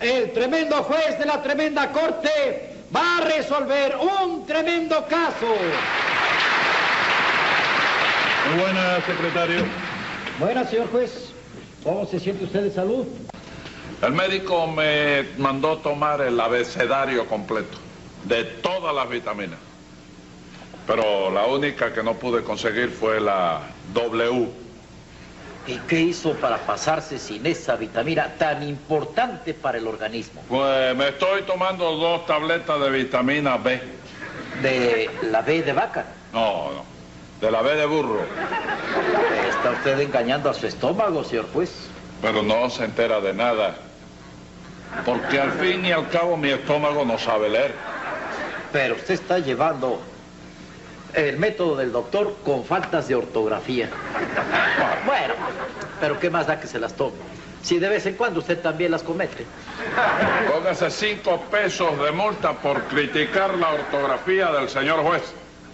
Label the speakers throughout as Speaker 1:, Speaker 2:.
Speaker 1: el tremendo juez de la tremenda corte va a resolver un tremendo caso.
Speaker 2: Muy buenas, secretario.
Speaker 1: Buenas, señor juez. ¿Cómo se siente usted de salud?
Speaker 2: El médico me mandó tomar el abecedario completo de todas las vitaminas. Pero la única que no pude conseguir fue la W.
Speaker 3: ¿Y qué hizo para pasarse sin esa vitamina tan importante para el organismo?
Speaker 2: Pues me estoy tomando dos tabletas de vitamina B.
Speaker 3: ¿De la B de vaca?
Speaker 2: No, no. De la B de burro.
Speaker 3: Está usted engañando a su estómago, señor juez.
Speaker 2: Pero no se entera de nada. Porque al fin y al cabo mi estómago no sabe leer.
Speaker 3: Pero usted está llevando el método del doctor con faltas de ortografía. Bueno, pero ¿qué más da que se las tome? Si de vez en cuando usted también las comete.
Speaker 2: Póngase cinco pesos de multa por criticar la ortografía del señor juez.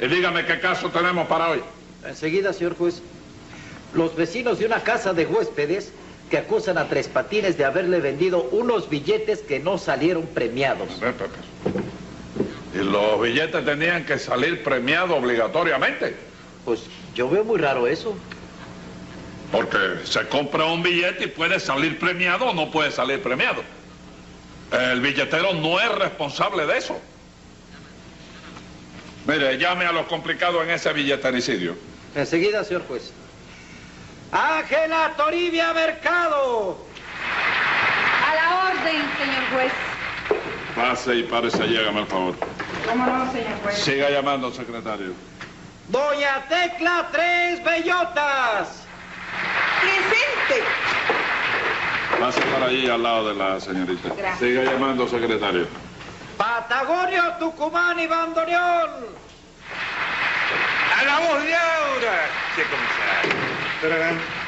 Speaker 2: Y dígame qué caso tenemos para hoy.
Speaker 3: Enseguida, señor juez, los vecinos de una casa de huéspedes que acusan a Tres Patines de haberle vendido unos billetes que no salieron premiados.
Speaker 2: Y los billetes tenían que salir premiados obligatoriamente.
Speaker 3: Pues yo veo muy raro eso.
Speaker 2: Porque se compra un billete y puede salir premiado o no puede salir premiado. El billetero no es responsable de eso. Mire, llame a los complicados en ese billetericidio.
Speaker 3: Enseguida, señor juez.
Speaker 1: Ángela Toribia Mercado.
Speaker 4: A la orden, señor juez.
Speaker 2: Pase y párese, llégame al favor.
Speaker 4: ¿Cómo no, señor juez?
Speaker 2: Siga llamando, secretario.
Speaker 1: Doña Tecla Tres Bellotas.
Speaker 4: Presente.
Speaker 2: Pase para allí al lado de la señorita.
Speaker 4: Gracias.
Speaker 2: Siga llamando, secretario.
Speaker 1: Patagonio Tucumán y Bandoneón.
Speaker 5: A la voz de ahora, se comenzará.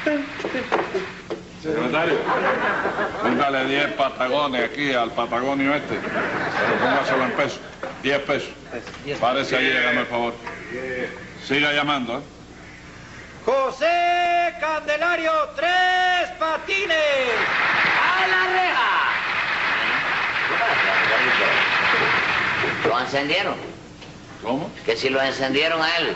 Speaker 2: Secretario, póngale 10 patagones aquí al patagonio este. Pero póngaselo en pesos. 10 pesos.
Speaker 3: Pues, diez-
Speaker 2: Párese allí, hágame el favor. Siga llamando, ¿eh?
Speaker 1: José Candelario Tres Patines.
Speaker 3: ¡A la reja!
Speaker 6: Lo encendieron,
Speaker 2: ¿Cómo?
Speaker 6: que si lo encendieron a él,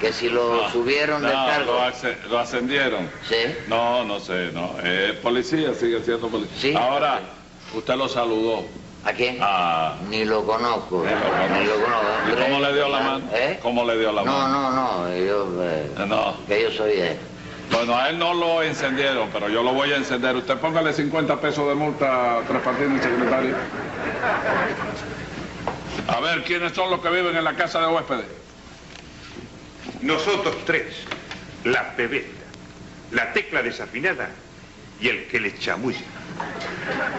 Speaker 6: que si lo
Speaker 2: No,
Speaker 6: subieron
Speaker 2: Ah, no,
Speaker 6: de
Speaker 2: Lo,
Speaker 6: cargo.
Speaker 2: acce- lo ascendieron.
Speaker 6: Sí.
Speaker 2: No, no sé, no. Es policía, sigue siendo policía.
Speaker 6: Sí.
Speaker 2: Ahora, usted lo saludó.
Speaker 6: ¿A quién?
Speaker 2: Ah,
Speaker 6: Ni lo conozco.
Speaker 2: Ni lo conozco.
Speaker 6: Ni lo conozco.
Speaker 2: ¿Y
Speaker 6: Andrés,
Speaker 2: cómo le dio la mano?
Speaker 6: ¿Eh?
Speaker 2: ¿Cómo le dio la
Speaker 6: No,
Speaker 2: mano?
Speaker 6: no, no. Yo, eh,
Speaker 2: No.
Speaker 6: Que yo soy de...
Speaker 2: Bueno, a él no lo encendieron, pero yo lo voy a encender. Usted póngale 50 pesos de multa a Tres Patines, secretario. A ver, ¿quiénes son los que viven en la casa de huéspedes?
Speaker 5: Nosotros tres, la pebeta, la tecla desafinada y el que le chamulla.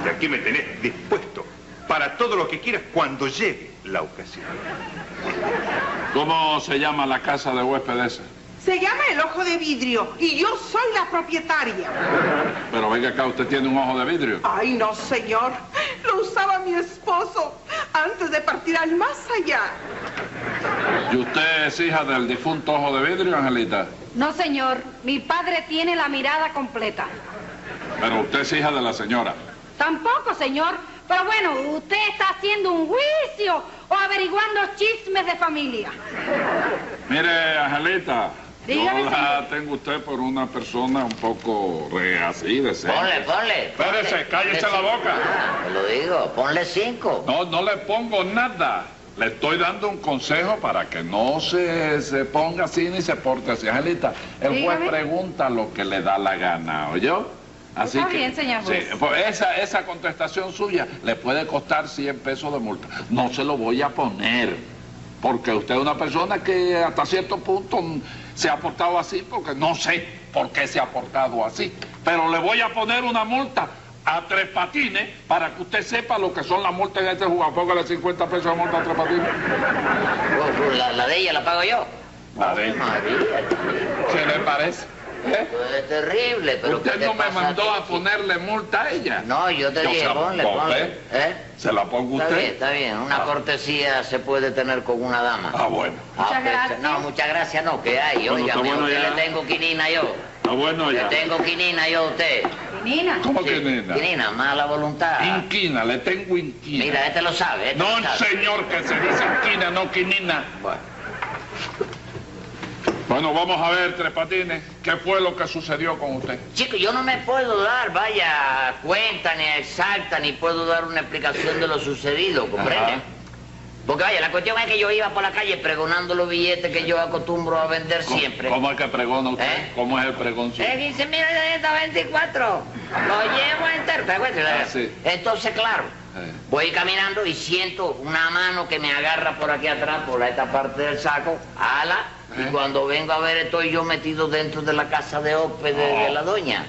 Speaker 5: Y aquí me tenés dispuesto para todo lo que quieras cuando llegue la ocasión.
Speaker 2: ¿Cómo se llama la casa de huéspedes? esa?
Speaker 7: Se llama el ojo de vidrio y yo soy la propietaria.
Speaker 2: Pero venga acá, usted tiene un ojo de vidrio.
Speaker 7: Ay, no, señor. Lo usaba mi esposo antes de partir al más allá.
Speaker 2: ¿Y usted es hija del difunto ojo de vidrio, Angelita?
Speaker 4: No, señor. Mi padre tiene la mirada completa.
Speaker 2: Pero usted es hija de la señora.
Speaker 4: Tampoco, señor. Pero bueno, usted está haciendo un juicio o averiguando chismes de familia.
Speaker 2: Mire, Angelita,
Speaker 4: Dígame,
Speaker 2: yo la tengo usted por una persona un poco re así, de ser.
Speaker 6: Ponle, ponle. ponle.
Speaker 2: Espérese, cállese la boca.
Speaker 6: Ah, Te lo digo, ponle cinco.
Speaker 2: No, no le pongo nada. Le estoy dando un consejo para que no se, se ponga así ni se porte así. Angelita, el
Speaker 4: Dígame.
Speaker 2: juez pregunta lo que le da la gana, ¿oyó? Así
Speaker 4: Está
Speaker 2: que,
Speaker 4: bien, señor
Speaker 2: sí,
Speaker 4: juez.
Speaker 2: pues esa, esa contestación suya le puede costar 100 pesos de multa. No se lo voy a poner, porque usted es una persona que hasta cierto punto mm, se ha portado así, porque no sé por qué se ha portado así. Pero le voy a poner una multa a Tres Patines para que usted sepa lo que son las multas de este jugador. Póngale 50 pesos de multa a Tres Patines.
Speaker 6: La, la de ella la pago yo.
Speaker 2: A ver,
Speaker 6: María.
Speaker 2: ¿qué le parece? ¿Eh?
Speaker 6: Eso es terrible, pero ¿qué
Speaker 2: Usted
Speaker 6: te
Speaker 2: no me
Speaker 6: pasa
Speaker 2: mandó
Speaker 6: ti,
Speaker 2: a ponerle multa a ella.
Speaker 6: chico? No, yo te
Speaker 2: Yo se
Speaker 6: dije,
Speaker 2: la
Speaker 6: ponle,
Speaker 2: pongo,
Speaker 6: ponle.
Speaker 2: ¿eh?
Speaker 6: ¿Eh?
Speaker 2: ¿Se la pongo
Speaker 6: Está bien,
Speaker 2: usted?
Speaker 6: está bien. Una
Speaker 2: Ah.
Speaker 6: cortesía se puede tener con una dama.
Speaker 2: Ah, bueno.
Speaker 4: Muchas
Speaker 6: pues,
Speaker 4: gracias.
Speaker 6: No, muchas gracias no, que hay.
Speaker 2: Bueno,
Speaker 6: Oiga,
Speaker 2: está
Speaker 6: a
Speaker 2: bueno
Speaker 6: usted
Speaker 2: ya.
Speaker 6: le tengo quinina yo.
Speaker 2: Está bueno
Speaker 6: Le
Speaker 2: ya.
Speaker 6: tengo quinina yo a usted.
Speaker 4: Nina.
Speaker 2: ¿Cómo que
Speaker 6: Sí,
Speaker 2: nena?
Speaker 6: Quinina, mala voluntad.
Speaker 2: Inquina, le tengo inquina.
Speaker 6: Mira, este lo sabe. este
Speaker 2: No,
Speaker 6: lo sabe.
Speaker 2: señor, que se dice inquina, no quinina.
Speaker 6: Bueno.
Speaker 2: Bueno, vamos a ver, Tres Patines, ¿qué fue lo que sucedió con usted?
Speaker 6: Chico, yo no me puedo dar, vaya, cuenta ni exacta, ni puedo dar una explicación de lo sucedido, ¿comprende?
Speaker 2: Ajá.
Speaker 6: Porque vaya, la cuestión es que yo iba por la calle pregonando los billetes que yo acostumbro a vender
Speaker 2: ¿Cómo-
Speaker 6: siempre.
Speaker 2: ¿Cómo es que pregona usted?
Speaker 6: ¿Eh?
Speaker 2: ¿Cómo es el pregón suyo?
Speaker 6: Eh, dice, mira, ya está 24. Lo llevo entero. ¿te acuerdas?
Speaker 2: Ah, sí.
Speaker 6: Entonces, claro,
Speaker 2: Eh.
Speaker 6: voy caminando y siento una mano que me agarra por aquí atrás, por esta parte del saco, ala,
Speaker 2: Eh.
Speaker 6: y cuando vengo a ver estoy yo metido dentro de la casa de Ope de, de
Speaker 2: Oh.
Speaker 6: la doña.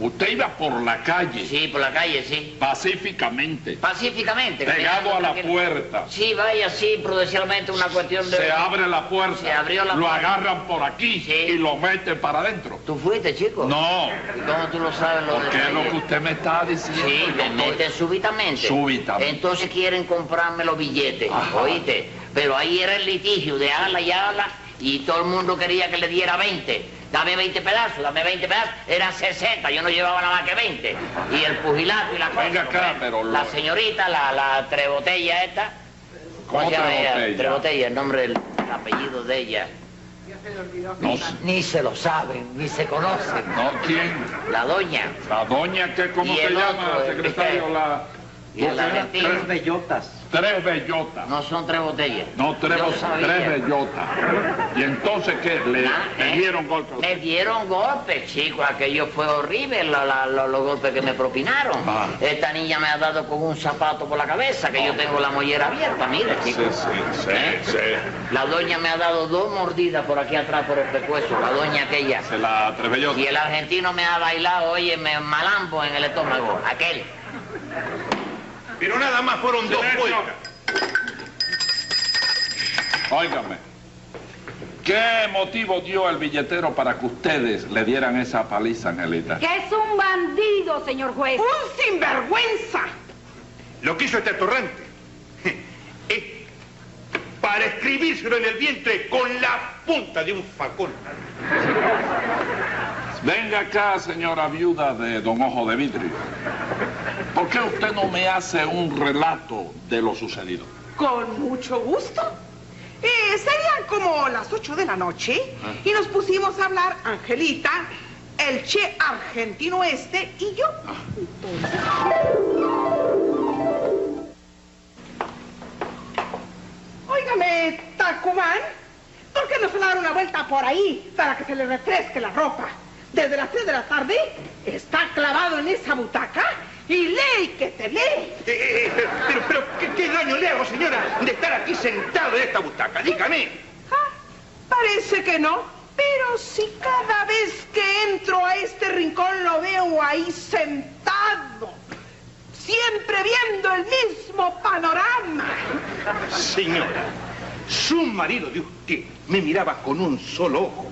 Speaker 2: Usted iba por la calle,
Speaker 6: Sí, por la calle, sí.
Speaker 2: pacíficamente,
Speaker 6: Pacíficamente.
Speaker 2: pegado
Speaker 6: caminando
Speaker 2: a la
Speaker 6: tranquilo.
Speaker 2: puerta.
Speaker 6: Sí, vaya, sí, prudencialmente una cuestión de...
Speaker 2: Se abre la puerta,
Speaker 6: Se abrió la
Speaker 2: lo
Speaker 6: puerta.
Speaker 2: agarran por aquí
Speaker 6: Sí.
Speaker 2: y lo meten para adentro.
Speaker 6: ¿Tú fuiste, chico?
Speaker 2: No,
Speaker 6: ¿Y cómo tú lo sabes lo de
Speaker 2: porque es lo que usted me está diciendo.
Speaker 6: Sí,
Speaker 2: yo
Speaker 6: me
Speaker 2: estoy-
Speaker 6: mete súbitamente.
Speaker 2: Súbitamente.
Speaker 6: Entonces quieren comprarme los billetes,
Speaker 2: Ajá.
Speaker 6: ¿oíste? Pero ahí era el litigio de ala y ala y todo el mundo quería que le diera 20. Dame 20 pedazos, dame 20 pedazos. Eran 60, yo no llevaba nada más que 20. Y el pugilato y la cosa.
Speaker 2: Venga acá,
Speaker 6: ¿no?
Speaker 2: pero lo-
Speaker 6: La señorita, la, la trebotella esta.
Speaker 2: ¿Cómo
Speaker 6: se llama ella?
Speaker 2: Trebotella?
Speaker 6: Trebotella, el nombre, el apellido de ella.
Speaker 7: Ya se le olvidó.
Speaker 2: No, sé.
Speaker 6: Ni se lo saben, ni se conocen.
Speaker 2: no, ¿quién?
Speaker 6: La doña.
Speaker 2: La doña que, ¿cómo
Speaker 6: Y
Speaker 2: se
Speaker 6: el
Speaker 2: llama,
Speaker 6: otro, el
Speaker 2: secretario?
Speaker 6: que-
Speaker 2: La...
Speaker 6: y el
Speaker 2: ¿Cómo se llama?
Speaker 6: argentino.
Speaker 2: Tres,
Speaker 3: Tres bellotas.
Speaker 2: tres bellotas.
Speaker 6: No son tres botellas.
Speaker 2: No, tres,
Speaker 6: Yo sabía.
Speaker 2: tres bellotas. ¿Y entonces qué? ¿Le,
Speaker 6: Nah,
Speaker 2: le
Speaker 6: eh,
Speaker 2: dieron golpe? a usted?
Speaker 6: Me dieron golpes, chico. Aquello fue horrible, la- la- la- los golpes que me propinaron.
Speaker 2: Ah.
Speaker 6: Esta niña me ha dado con un zapato por la cabeza, que yo tengo la mollera abierta, mira,
Speaker 2: Sí,
Speaker 6: chico.
Speaker 2: sí,
Speaker 6: ¿Eh?
Speaker 2: sí, sí.
Speaker 6: La doña me ha dado dos mordidas por aquí atrás, por el pescuezo, la doña aquella.
Speaker 2: Se la tres bellotas.
Speaker 6: Y el argentino me ha bailado, oye, me malambo en el estómago, aquel.
Speaker 5: Pero nada más fueron dos
Speaker 2: Silencio.
Speaker 5: vueltas.
Speaker 2: Óigame, ¿qué motivo dio el billetero para que ustedes le dieran esa paliza, Angelita?
Speaker 4: Que es un bandido, señor juez.
Speaker 7: ¡Un sinvergüenza!
Speaker 5: Lo que hizo este atorrante es para escribírselo en el vientre con la punta de un facón.
Speaker 2: Venga acá, señora viuda de Don Ojo de Vidrio. ¿Por qué usted no me hace un relato de lo sucedido?
Speaker 7: Con mucho gusto. Eh, serían como las 8 de la noche y nos pusimos a hablar Angelita, el che argentino este y yo. Óigame, Tacumán, ¿por qué no se da una vuelta por ahí para que se le refresque la ropa? Desde las 3 de la tarde está clavado en esa butaca y lee que te lee.
Speaker 5: Eh, eh, eh, pero, pero, ¿qué, qué daño le hago, señora, de estar aquí sentado en esta butaca? Dígame.
Speaker 7: Ah, parece que no. Pero si cada vez que entro a este rincón lo veo ahí sentado, siempre viendo el mismo panorama.
Speaker 5: Señora, su marido de usted me miraba con un solo ojo.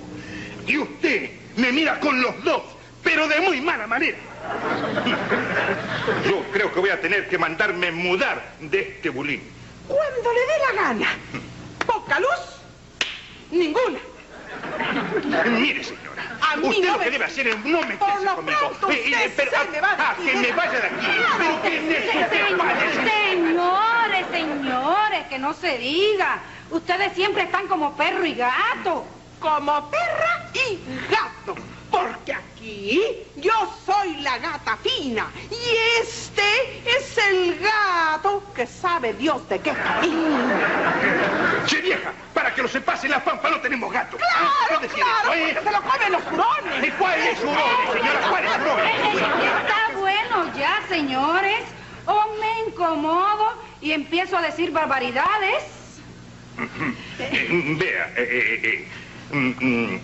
Speaker 5: Y usted me mira con los dos, pero de muy mala manera. Yo creo que voy a tener que mandarme mudar de este bulín.
Speaker 7: Cuando le dé la gana. Poca luz, ninguna.
Speaker 5: Mire, señora.
Speaker 7: A mí
Speaker 5: usted
Speaker 7: no
Speaker 5: lo
Speaker 7: me-
Speaker 5: que debe hacer es no meterse
Speaker 7: Por lo
Speaker 5: conmigo.
Speaker 7: pronto usted
Speaker 5: pero-
Speaker 7: se
Speaker 5: ah,
Speaker 7: me va de
Speaker 5: ah,
Speaker 7: aquí.
Speaker 5: que me vaya de aquí. pero que necesite
Speaker 4: Señores,
Speaker 5: vaya,
Speaker 4: señores, señores, que no se diga. Ustedes siempre están como perro y gato.
Speaker 7: Como perra y gato. Porque aquí yo soy la gata fina y este es el gato que sabe Dios de qué camino.
Speaker 5: Che, vieja, para que lo se pase la pampa no tenemos gato. Ah,
Speaker 7: ¡Claro,
Speaker 5: ¿puede decir eso,
Speaker 7: claro!
Speaker 5: eh?
Speaker 7: ¡Porque se lo comen los
Speaker 5: ¿Y
Speaker 7: hurones!
Speaker 5: cuáles hurones, señora? ¿Cuáles hurones?
Speaker 4: Está bueno ya, señores. O me incomodo y empiezo a decir barbaridades.
Speaker 5: Eh, Vea, eh, eh, eh, eh, mm, mm,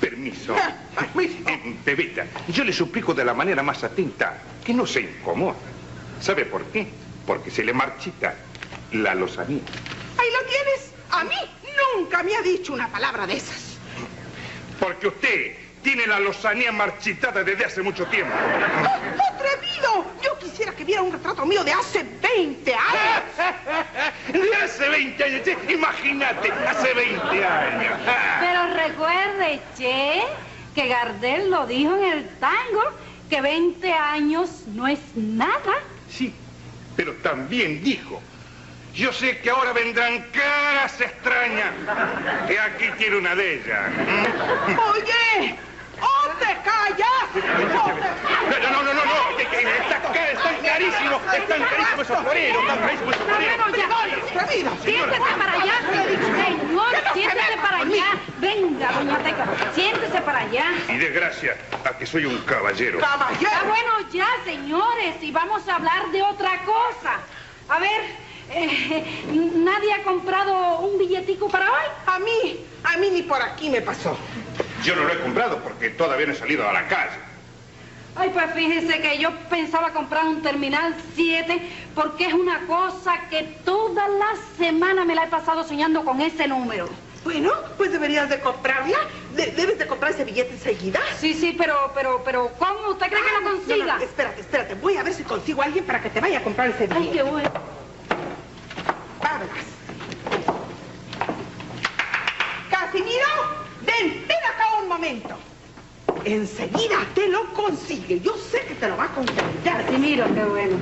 Speaker 5: permiso. Eh, Pepita, yo le suplico de la manera más atenta que no se incomoda. ¿Sabe por qué? Porque se le marchita la lozanía.
Speaker 7: Ahí lo tienes. A mí nunca me ha dicho una palabra de esas.
Speaker 5: Porque usted tiene la lozanía marchitada desde hace mucho tiempo.
Speaker 7: ¡Ah, ¡Atrevido! Yo quisiera que viera un retrato mío de hace 20 años.
Speaker 5: De hace 20 años, che, imagínate, hace 20 años.
Speaker 4: Pero recuerde, che, que Gardel lo dijo en el tango, que 20 años no es nada.
Speaker 5: Sí, pero también dijo, yo sé que ahora vendrán caras extrañas, que aquí tiene una de ellas.
Speaker 7: Oye, ¡oh, te callas! ¡Oh, te
Speaker 5: No, no, no, no, no, que- que estas caras están carísimos, están carísimos esos toreros, están carísimos esos toreros.
Speaker 4: Bueno, ya.
Speaker 7: atrevido!
Speaker 4: Siéntese para allá, señor, siéntese para allá. Venga, doña Teca, siéntese para allá.
Speaker 5: Y desgracia a que soy un caballero.
Speaker 4: Ah,
Speaker 7: ¡Caballero!
Speaker 4: bueno, ya, señores, y vamos a hablar de otra cosa. A ver, eh, ¿nadie ha comprado un billetico para hoy?
Speaker 7: A mí, a mí ni por aquí me pasó.
Speaker 5: Yo no lo he comprado porque todavía no he salido a la calle.
Speaker 4: Ay, pues fíjese que yo pensaba comprar un Terminal 7 porque es una cosa que toda la semana me la he pasado soñando con ese número.
Speaker 7: Bueno, pues deberías de comprarla. De- debes de comprar ese billete enseguida.
Speaker 4: Sí, sí, pero, pero, pero, ¿cómo? ¿Usted cree que lo
Speaker 7: Ah, No,
Speaker 4: consiga?
Speaker 7: no, espérate, espérate. Voy a ver si consigo a alguien para que te vaya a comprar ese
Speaker 4: Ay,
Speaker 7: billete.
Speaker 4: qué bueno.
Speaker 7: Vámonos. Casimiro, ven, ven acá un momento. Enseguida te lo consigue. Yo sé que te lo va a
Speaker 4: Sí,
Speaker 7: conseguir.
Speaker 4: miro, qué bueno.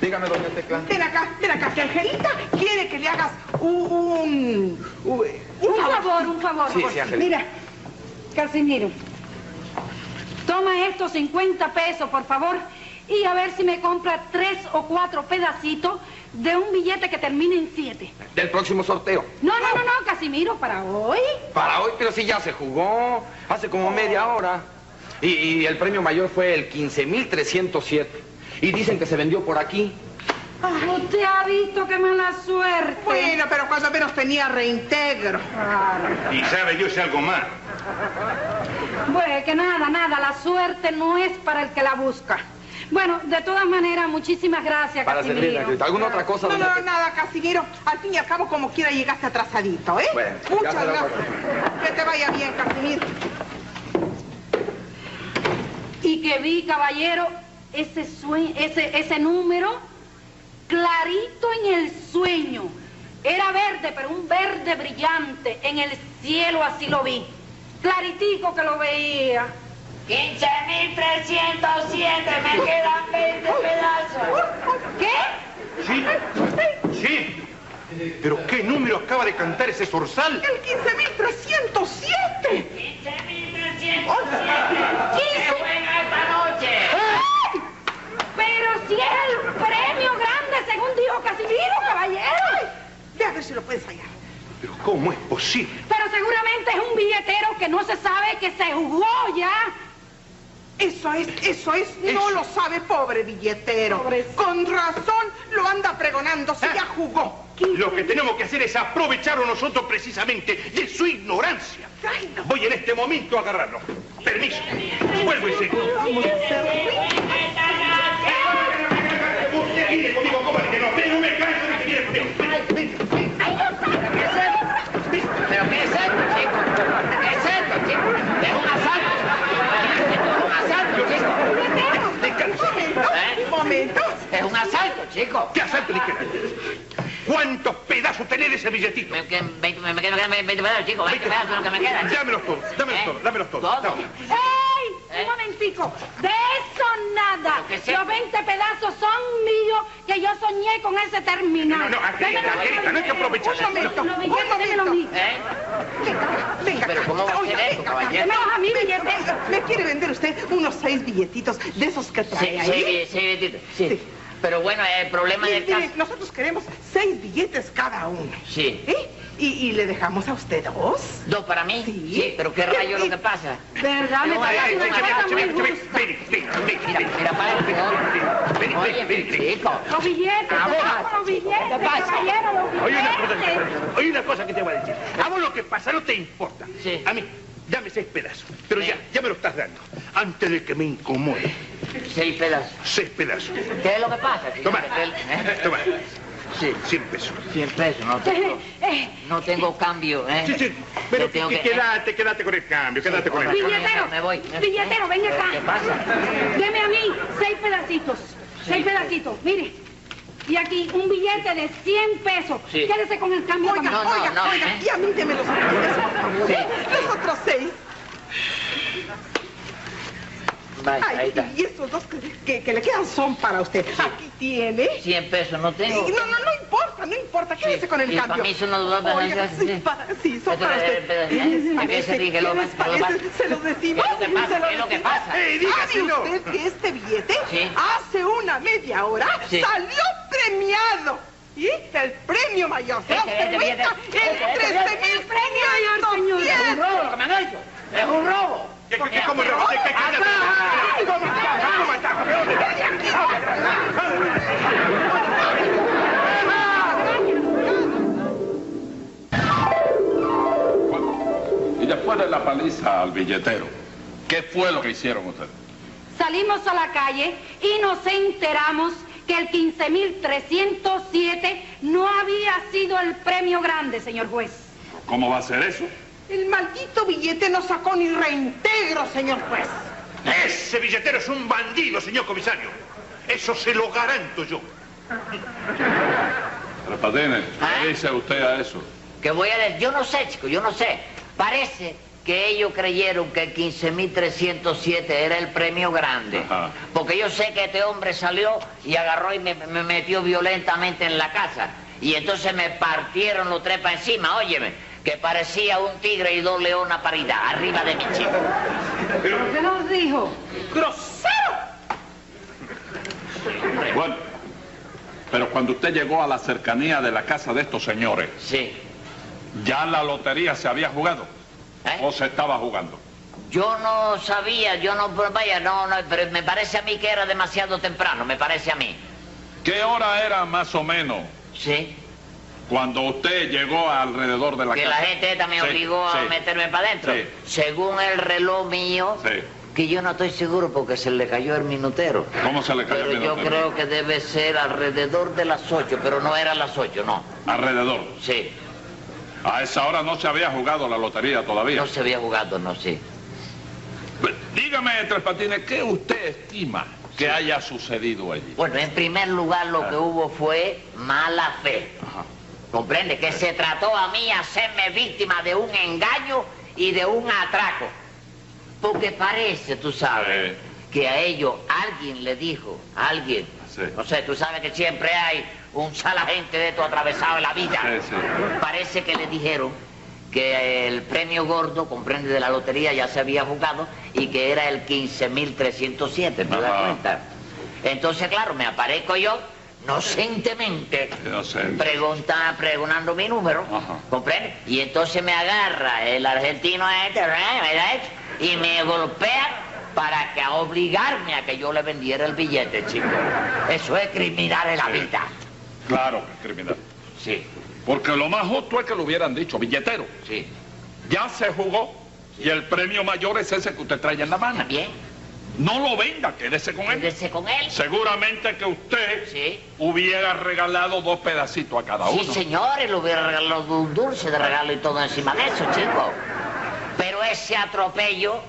Speaker 8: Dígame, doña Tecla.
Speaker 7: Ven acá, ven acá, que Angelita quiere que le hagas un... Un, un-
Speaker 4: Un favor, un favor.
Speaker 8: Sí,
Speaker 4: por
Speaker 8: sí, Ángel.
Speaker 7: Mira,
Speaker 4: Casimiro, toma estos 50 pesos, por favor, y a ver si me compra tres o cuatro pedacitos de un billete que termine en siete.
Speaker 8: Del próximo sorteo.
Speaker 4: No, no, no, no, Casimiro, para hoy.
Speaker 8: Para hoy, pero sí ya se jugó. Hace como media hora. Y, y el premio mayor fue el 15.307. Y dicen que se vendió por aquí.
Speaker 4: Ah, Usted ha visto qué mala suerte.
Speaker 7: bueno, pero cuando menos tenía reintegro.
Speaker 5: Y sabe yo si algo más.
Speaker 4: Bueno, que nada, nada, la suerte no es para el que la busca. Bueno, de todas maneras, muchísimas gracias,
Speaker 8: Para
Speaker 4: Casimiro.
Speaker 8: servirle, Angelita. ¿Alguna otra cosa,
Speaker 7: No,
Speaker 8: doña
Speaker 7: no,
Speaker 8: Tecla?
Speaker 7: nada, Casimiro. Al fin y al cabo, como quiera, llegaste atrasadito, ¿eh?
Speaker 8: Bueno,
Speaker 7: Muchas
Speaker 8: ya se la
Speaker 7: gracias. Que te vaya bien, Casimiro.
Speaker 4: Y que vi, caballero, ese, sue- ese, ese número clarito en el sueño. Era verde, pero un verde brillante. En el cielo así lo vi. Claritico que lo veía.
Speaker 6: 15.307, me quedan 20 pedazos.
Speaker 4: ¿Qué?
Speaker 5: ¿Sí? ¿Sí? ¿Pero qué número acaba de cantar ese zorzal?
Speaker 7: El 15.307.
Speaker 6: 15.307.
Speaker 4: ¿Qué?
Speaker 6: ¡Se juega esta noche!
Speaker 4: Pero si es el premio grande, según dijo Casimiro, caballero.
Speaker 7: Ve a ver si lo puedes hallar.
Speaker 5: ¿Pero cómo es posible?
Speaker 4: Pero seguramente es un billetero que no se sabe que se jugó ya.
Speaker 7: Eso es, eso es. No lo sabe, pobre billetero.
Speaker 4: Pobrecito.
Speaker 7: Con razón lo anda pregonando. Se ya jugó.
Speaker 5: Lo que tenemos que hacer es aprovecharlo nosotros precisamente de su ignorancia.
Speaker 7: Ay, no.
Speaker 5: Voy en este momento a agarrarlo. Permiso. Vuelvo y sigo. Usted viene conmigo, comadre, que no, no me canso de que viene conmigo.
Speaker 6: ¿Pero qué es esto, chico? ¿Qué es esto, chico? Es un asalto. Es un asalto, chico.
Speaker 7: Momento,
Speaker 6: ¿Eh?
Speaker 7: momento.
Speaker 6: Es un asalto, chico.
Speaker 5: ¿Qué asalto ni qué? ¿Cuántos pedazos tenés de ese billetito?
Speaker 6: Me quedan 20 me quedan- me quedan 20 pedazos, chico. 20 pedazos es lo que me quedan.
Speaker 5: Dámelos todos, dámelos
Speaker 6: ¿Eh?
Speaker 5: todos, dámelos todos.
Speaker 6: ¿Todo?
Speaker 5: No.
Speaker 4: ¡Ey!
Speaker 6: ¿Eh?
Speaker 4: Un momentico. De eso nada.
Speaker 6: Lo que sea.
Speaker 4: Los 20 pedazos son míos que yo soñé con ese terminal.
Speaker 5: No, no, no, Angelita,
Speaker 4: Démelo,
Speaker 5: Angelita, no hay que aprovechar.
Speaker 4: Un momento,
Speaker 7: Un
Speaker 4: los
Speaker 7: momento.
Speaker 4: billetes, démelo a mí.
Speaker 6: ¿Eh?
Speaker 7: Venga, venga.
Speaker 6: Pero
Speaker 7: acá.
Speaker 6: ¿cómo va a
Speaker 7: Oiga,
Speaker 6: ser eso,
Speaker 7: venga acá.
Speaker 6: caballero?
Speaker 4: Démelo a mí,
Speaker 7: Venga,
Speaker 4: billetes.
Speaker 7: venga. ¿Me quiere vender usted unos seis billetitos de esos que trae
Speaker 6: Sí,
Speaker 7: ahí?
Speaker 6: sí, sí, Betito, sí.
Speaker 7: Sí.
Speaker 6: Pero bueno, el problema
Speaker 7: Mire,
Speaker 6: del caso...
Speaker 7: mire, nosotros queremos seis billetes cada uno.
Speaker 6: Sí.
Speaker 7: ¿Eh? Y, y le dejamos a usted dos.
Speaker 6: ¿Dos para mí?
Speaker 7: Sí.
Speaker 6: pero qué rayo lo que pasa.
Speaker 4: ¿Verdad? Me
Speaker 6: No,
Speaker 4: parece
Speaker 6: ay, ay,
Speaker 4: una
Speaker 6: ay,
Speaker 4: cosa
Speaker 6: ay,
Speaker 4: muy
Speaker 6: ay,
Speaker 4: justa.
Speaker 6: Mira, mira, para el peor.
Speaker 5: Vení,
Speaker 6: Oye,
Speaker 5: vení, vení.
Speaker 6: chico.
Speaker 4: Los billetes,
Speaker 6: Ahora.
Speaker 4: los billetes,
Speaker 6: pasa?
Speaker 4: caballero, los
Speaker 5: Oye una
Speaker 4: billetes.
Speaker 5: cosa, oye una cosa que te voy a decir. A vos lo que pasa no te importa.
Speaker 6: Sí.
Speaker 5: A mí, dame seis pedazos. Pero
Speaker 6: Sí.
Speaker 5: ya, ya me lo estás dando. Antes de que me incomode.
Speaker 6: Seis pedazos.
Speaker 5: Seis pedazos.
Speaker 6: ¿Qué es lo que pasa? chico?
Speaker 5: Toma.
Speaker 6: ¿Qué es el- eh?
Speaker 5: Toma.
Speaker 6: Sí.
Speaker 5: 100 pesos.
Speaker 6: 100 pesos, no tengo,
Speaker 4: Eh,
Speaker 6: no tengo cambio, ¿eh?
Speaker 5: Sí, sí, pero
Speaker 6: Te tengo
Speaker 5: que-
Speaker 6: que-
Speaker 5: quédate, quédate con el cambio, quédate con el
Speaker 6: ahora-
Speaker 5: cambio.
Speaker 4: Billetero,
Speaker 6: Me voy. eh.
Speaker 4: billetero, ven acá.
Speaker 6: ¿Qué pasa?
Speaker 4: Deme a mí seis pedacitos, seis pedacitos, mire. Y aquí un billete de 100 pesos.
Speaker 6: Sí.
Speaker 4: Quédese con el cambio.
Speaker 7: Oiga,
Speaker 6: No,
Speaker 4: también.
Speaker 6: no,
Speaker 7: oiga,
Speaker 6: no,
Speaker 7: oiga,
Speaker 6: ¿eh?
Speaker 7: y a mí deme los otros seis, por favor, ¿eh? Los otros seis.
Speaker 6: Vaya, ahí
Speaker 7: Ay,
Speaker 6: está.
Speaker 7: y esos dos que, que- que le quedan son para usted. Aquí tiene.
Speaker 6: 100 pesos no
Speaker 7: Y
Speaker 6: tengo.
Speaker 7: No, no, no importa, no importa, quédese
Speaker 6: Sí,
Speaker 7: con el
Speaker 6: y
Speaker 7: cambio.
Speaker 6: para mí son los dos, ¿verdad?
Speaker 7: Oiga, sí,
Speaker 6: Sí.
Speaker 7: para- sí, son
Speaker 6: Pero,
Speaker 7: para
Speaker 6: eh,
Speaker 7: usted.
Speaker 6: pero, ¿eh?
Speaker 7: ¿Qué les
Speaker 6: ¿A qué
Speaker 7: parece?
Speaker 6: se dije
Speaker 7: ¿Qué
Speaker 6: lo
Speaker 7: les
Speaker 6: más- lo
Speaker 7: parece?
Speaker 6: más?
Speaker 7: ¿Se los decimos?
Speaker 6: ¿Qué es lo que pasa?
Speaker 7: ¿Se los
Speaker 6: ¿Qué es lo que
Speaker 7: decimos?
Speaker 6: pasa?
Speaker 5: ¡Ey,
Speaker 7: ¿Sabe
Speaker 5: dígaselo!
Speaker 7: usted que este billete
Speaker 6: Sí.
Speaker 7: hace una media hora
Speaker 6: Sí.
Speaker 7: salió premiado? ¿Y? El premio mayor, ¿se da
Speaker 6: Este, este
Speaker 7: usted
Speaker 6: billete,
Speaker 7: cuenta? El
Speaker 6: este, este
Speaker 7: 13.000 premio
Speaker 4: señor.
Speaker 6: Es un robo lo que me han hecho. Es un robo.
Speaker 5: ¿Qué- qué- qué- ¿Cómo rebote? ¿Qué- qué- qué- ¿Cómo está? ¿Cómo está? ¿Dónde está?
Speaker 2: Y después de la paliza al billetero, ¿qué fue lo que hicieron ustedes?
Speaker 4: Salimos a la calle y nos enteramos que el 15.307 no había sido el premio grande, señor juez.
Speaker 2: ¿Cómo va a ser eso?
Speaker 7: El maldito billete no sacó ni reintegro, señor juez.
Speaker 5: Ese billetero es un bandido, señor comisario. Eso se lo garanto yo.
Speaker 2: Tres Patines,
Speaker 6: Ah.
Speaker 2: ¿qué dice usted a eso?
Speaker 6: Que voy a decir, yo no sé, chico, yo no sé. Parece que ellos creyeron que el 15.307 era el premio grande.
Speaker 2: Ajá.
Speaker 6: Porque yo sé que este hombre salió y agarró y me, me metió violentamente en la casa. Y entonces me partieron los tres para encima, óyeme, que parecía un tigre y dos leones a paridad, arriba de mi chico.
Speaker 4: ¿Qué nos dijo?
Speaker 7: ¡Grosero!
Speaker 2: Bueno, pero cuando usted llegó a la cercanía de la casa de estos señores,
Speaker 6: Sí.
Speaker 2: ¿ya la lotería se había jugado
Speaker 6: ¿Eh?
Speaker 2: o se estaba jugando?
Speaker 6: Yo no sabía, yo no, vaya, no, no, pero me parece a mí que era demasiado temprano, me parece a mí.
Speaker 2: ¿Qué hora era más o menos
Speaker 6: Sí.
Speaker 2: cuando usted llegó alrededor de la
Speaker 6: que
Speaker 2: casa?
Speaker 6: la gente esta me
Speaker 2: Sí,
Speaker 6: obligó a
Speaker 2: sí.
Speaker 6: meterme para adentro.
Speaker 2: Sí.
Speaker 6: Según el reloj mío,
Speaker 2: Sí.
Speaker 6: que yo no estoy seguro porque se le cayó el minutero.
Speaker 2: ¿Cómo se le cayó
Speaker 6: Pero
Speaker 2: el
Speaker 6: yo
Speaker 2: minutero?
Speaker 6: creo que debe ser alrededor de las 8, pero no era las 8, no.
Speaker 2: Alrededor.
Speaker 6: Sí,
Speaker 2: A esa hora no se había jugado la lotería todavía.
Speaker 6: no se había jugado, no, sí.
Speaker 2: Dígame, Tres Patines, ¿qué usted estima que haya sucedido allí?
Speaker 6: Bueno, en primer lugar lo que hubo fue mala fe.
Speaker 2: Ajá.
Speaker 6: ¿Comprende? Que se trató a mí hacerme víctima de un engaño y de un atraco. Porque parece, tú sabes,
Speaker 2: Sí.
Speaker 6: que a ellos alguien le dijo, alguien.
Speaker 2: Sí.
Speaker 6: No sé, tú sabes que siempre hay un gente de esto atravesado en la vida.
Speaker 2: Sí, sí.
Speaker 6: Parece que le dijeron que el premio gordo, comprende, de la lotería ya se había jugado y que era el 15.307, ¿te das
Speaker 2: Ajá.
Speaker 6: cuenta? Entonces, claro, me aparezco yo inocentemente
Speaker 2: Inocente.
Speaker 6: pregunta, preguntando mi número,
Speaker 2: Ajá.
Speaker 6: ¿comprende? Y entonces me agarra el argentino este, ¿verdad? y me golpea para que a obligarme a que yo le vendiera el billete, chico. Eso es criminal en la
Speaker 2: Sí.
Speaker 6: vida.
Speaker 2: Claro, criminal.
Speaker 6: Sí,
Speaker 2: Porque lo más justo es que lo hubieran dicho, billetero.
Speaker 6: sí.
Speaker 2: Ya se jugó y el premio mayor es ese que usted trae en la mano.
Speaker 6: También,
Speaker 2: No lo venda, quédese con él.
Speaker 6: quédese con él.
Speaker 2: Seguramente que usted
Speaker 6: Sí.
Speaker 2: hubiera regalado dos pedacitos a cada
Speaker 6: Sí,
Speaker 2: uno.
Speaker 6: señores, le hubiera regalado un dulce de regalo y todo encima de eso, chico. Pero ese atropello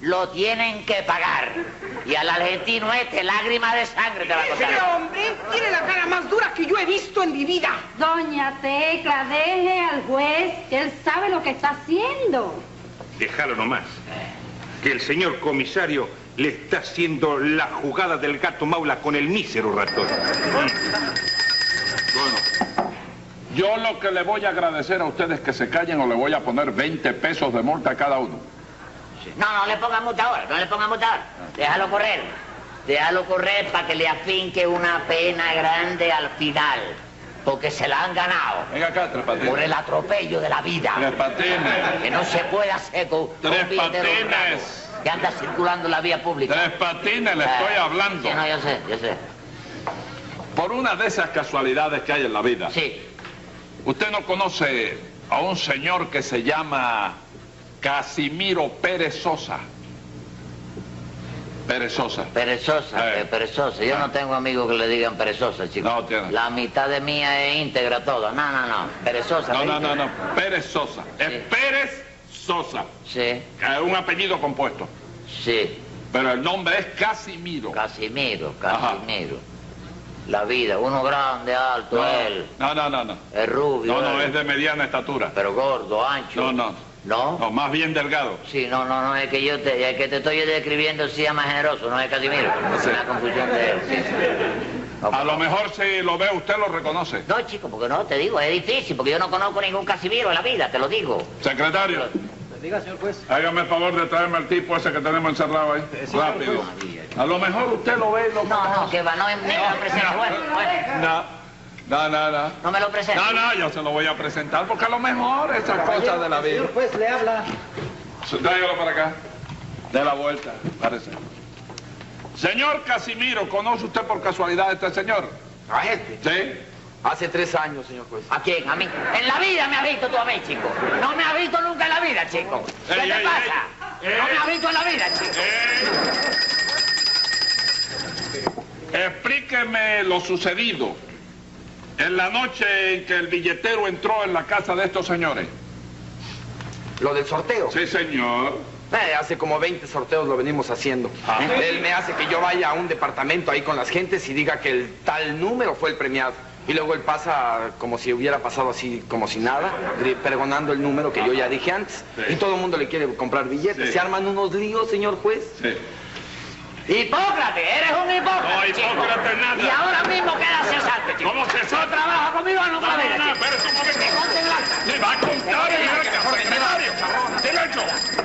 Speaker 6: lo tienen que pagar. Y al argentino este, lágrima de sangre te va a
Speaker 7: Este
Speaker 6: costar.
Speaker 7: hombre tiene la cara más dura que yo he visto en mi vida.
Speaker 4: Doña Tecla, deje al juez, que él sabe lo que está haciendo.
Speaker 5: Déjalo nomás. Que el señor comisario le está haciendo la jugada del gato maula con el mísero ratón.
Speaker 2: Bueno, yo lo que le voy a agradecer a ustedes que se callen o le voy a poner 20 pesos de multa a cada uno.
Speaker 6: No, no le pongan multa ahora, no le pongan multa ahora. Déjalo correr. Déjalo correr para que le afinque una pena grande al final. Porque se la han ganado
Speaker 2: Venga acá, Tres
Speaker 6: por
Speaker 2: Patines.
Speaker 6: el atropello de la vida.
Speaker 2: Tres Patines.
Speaker 6: Que no se puede hacer con, con
Speaker 2: Tres
Speaker 6: un billetero
Speaker 2: patines.
Speaker 6: honrado que anda circulando en la vía pública.
Speaker 2: Tres Patines, le
Speaker 6: Ah,
Speaker 2: estoy hablando.
Speaker 6: Sí, no, yo sé, yo sé.
Speaker 2: Por una de esas casualidades que hay en la vida.
Speaker 6: Sí,
Speaker 2: Usted no conoce a un señor que se llama Casimiro Pérez Sosa. Perezosa.
Speaker 6: Perezosa,
Speaker 2: Eh.
Speaker 6: eh, perezosa. Yo
Speaker 2: Ah.
Speaker 6: no tengo amigos que le digan perezosa, chicos.
Speaker 2: No, tiene.
Speaker 6: La mitad de mía es íntegra toda. No, no, no. Perezosa.
Speaker 2: No,
Speaker 6: ¿sí?
Speaker 2: no, no, no. Pérez Sosa.
Speaker 6: Sí.
Speaker 2: Es Pérez Sosa.
Speaker 6: Sí,
Speaker 2: Es un apellido compuesto.
Speaker 6: sí.
Speaker 2: Pero el nombre es Casimiro.
Speaker 6: Casimiro,
Speaker 2: Ajá.
Speaker 6: Casimiro. La vida, uno grande, alto,
Speaker 2: No,
Speaker 6: él,
Speaker 2: no, no, no, no.
Speaker 6: es rubio.
Speaker 2: No, no,
Speaker 6: él,
Speaker 2: es de mediana estatura.
Speaker 6: eh. Pero gordo, ancho.
Speaker 2: No, no.
Speaker 6: ¿No?
Speaker 2: No, más bien delgado.
Speaker 6: Sí, no, no, no, es que yo te, es que te estoy describiendo si es más generoso, no es Casimiro.
Speaker 2: Ah,
Speaker 6: Es una confusión de él. sí, sí. No,
Speaker 2: A lo mejor si lo ve usted lo reconoce.
Speaker 6: No, chico, porque no, te digo, es difícil, porque yo no conozco ningún Casimiro en la vida, te lo digo.
Speaker 2: Secretario,
Speaker 3: Pues, Diga, señor juez.
Speaker 2: hágame el favor de traerme al tipo ese que tenemos encerrado ahí.
Speaker 3: sí,
Speaker 2: Rápido. A lo mejor usted lo ve y lo
Speaker 6: No, no,
Speaker 2: conoce.
Speaker 6: que va, no, no me lo presenta. Bueno, bueno,
Speaker 2: No, no, no, no.
Speaker 6: no me lo presenta.
Speaker 2: No, no, yo se lo voy a presentar porque a lo mejor esas cosas de la
Speaker 3: El
Speaker 2: vida.
Speaker 3: Señor juez le habla.
Speaker 2: Tráigalo para acá. De la vuelta, parece. Señor Casimiro, ¿conoce usted por casualidad a este señor?
Speaker 8: ¿A este?
Speaker 2: Sí.
Speaker 8: Hace tres años, señor juez.
Speaker 6: ¿A quién? ¿A mí? En la vida me has visto tú a mí, chico. No me has visto nunca en la vida, chico. ¿Qué
Speaker 2: Ey,
Speaker 6: te
Speaker 2: ey,
Speaker 6: pasa?
Speaker 2: ey.
Speaker 6: No
Speaker 2: Ey.
Speaker 6: me has visto en la vida, chico.
Speaker 2: Explíqueme lo sucedido en la noche en que el billetero entró en la casa de estos señores.
Speaker 8: Lo del sorteo.
Speaker 2: Sí, señor.
Speaker 8: Eh, hace como 20 sorteos lo venimos haciendo.
Speaker 2: Ah.
Speaker 8: Él me hace que yo vaya a un departamento ahí con las gentes y diga que el tal número fue el premiado. Y luego él pasa como si hubiera pasado así, como si nada, gri- pregonando el número que yo ya dije antes.
Speaker 2: Sí.
Speaker 8: Y todo el mundo le quiere comprar billetes.
Speaker 2: Sí.
Speaker 8: Se arman unos líos, señor juez.
Speaker 2: Sí.
Speaker 6: Hipócrates, eres un hipócrate.
Speaker 2: No,
Speaker 6: chico.
Speaker 2: Hipócrates, nada.
Speaker 6: Y ahora mismo quedas cesante, chico.
Speaker 2: ¿Cómo se
Speaker 6: No
Speaker 2: sabe?
Speaker 6: trabaja conmigo en
Speaker 2: No,
Speaker 6: nunca
Speaker 2: no,
Speaker 6: la vida,
Speaker 2: no,
Speaker 6: chico.
Speaker 2: espérese un
Speaker 6: Te
Speaker 2: momento.
Speaker 6: corte en blanco.
Speaker 2: Le va a contar, secretario. Silencio.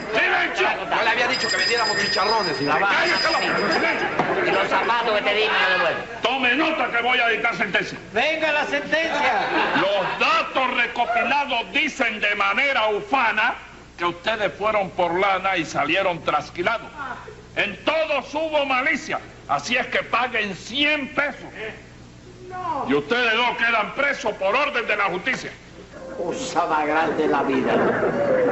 Speaker 2: Silencio.
Speaker 8: Yo le había dicho que vendiéramos chicharrones, señor.
Speaker 6: Trabaja
Speaker 2: Cállese la
Speaker 6: conmigo.
Speaker 2: boca. Silencio.
Speaker 6: Y los zapatos que te di me los devuelves.
Speaker 2: Tome nota que voy a dictar sentencia.
Speaker 3: Venga la sentencia.
Speaker 2: Los datos recopilados dicen de manera ufana que ustedes fueron por lana y salieron trasquilados. En todos hubo malicia, así es que paguen 100 pesos. Y ustedes dos quedan presos por orden de la justicia.
Speaker 9: Cosa más grande la vida.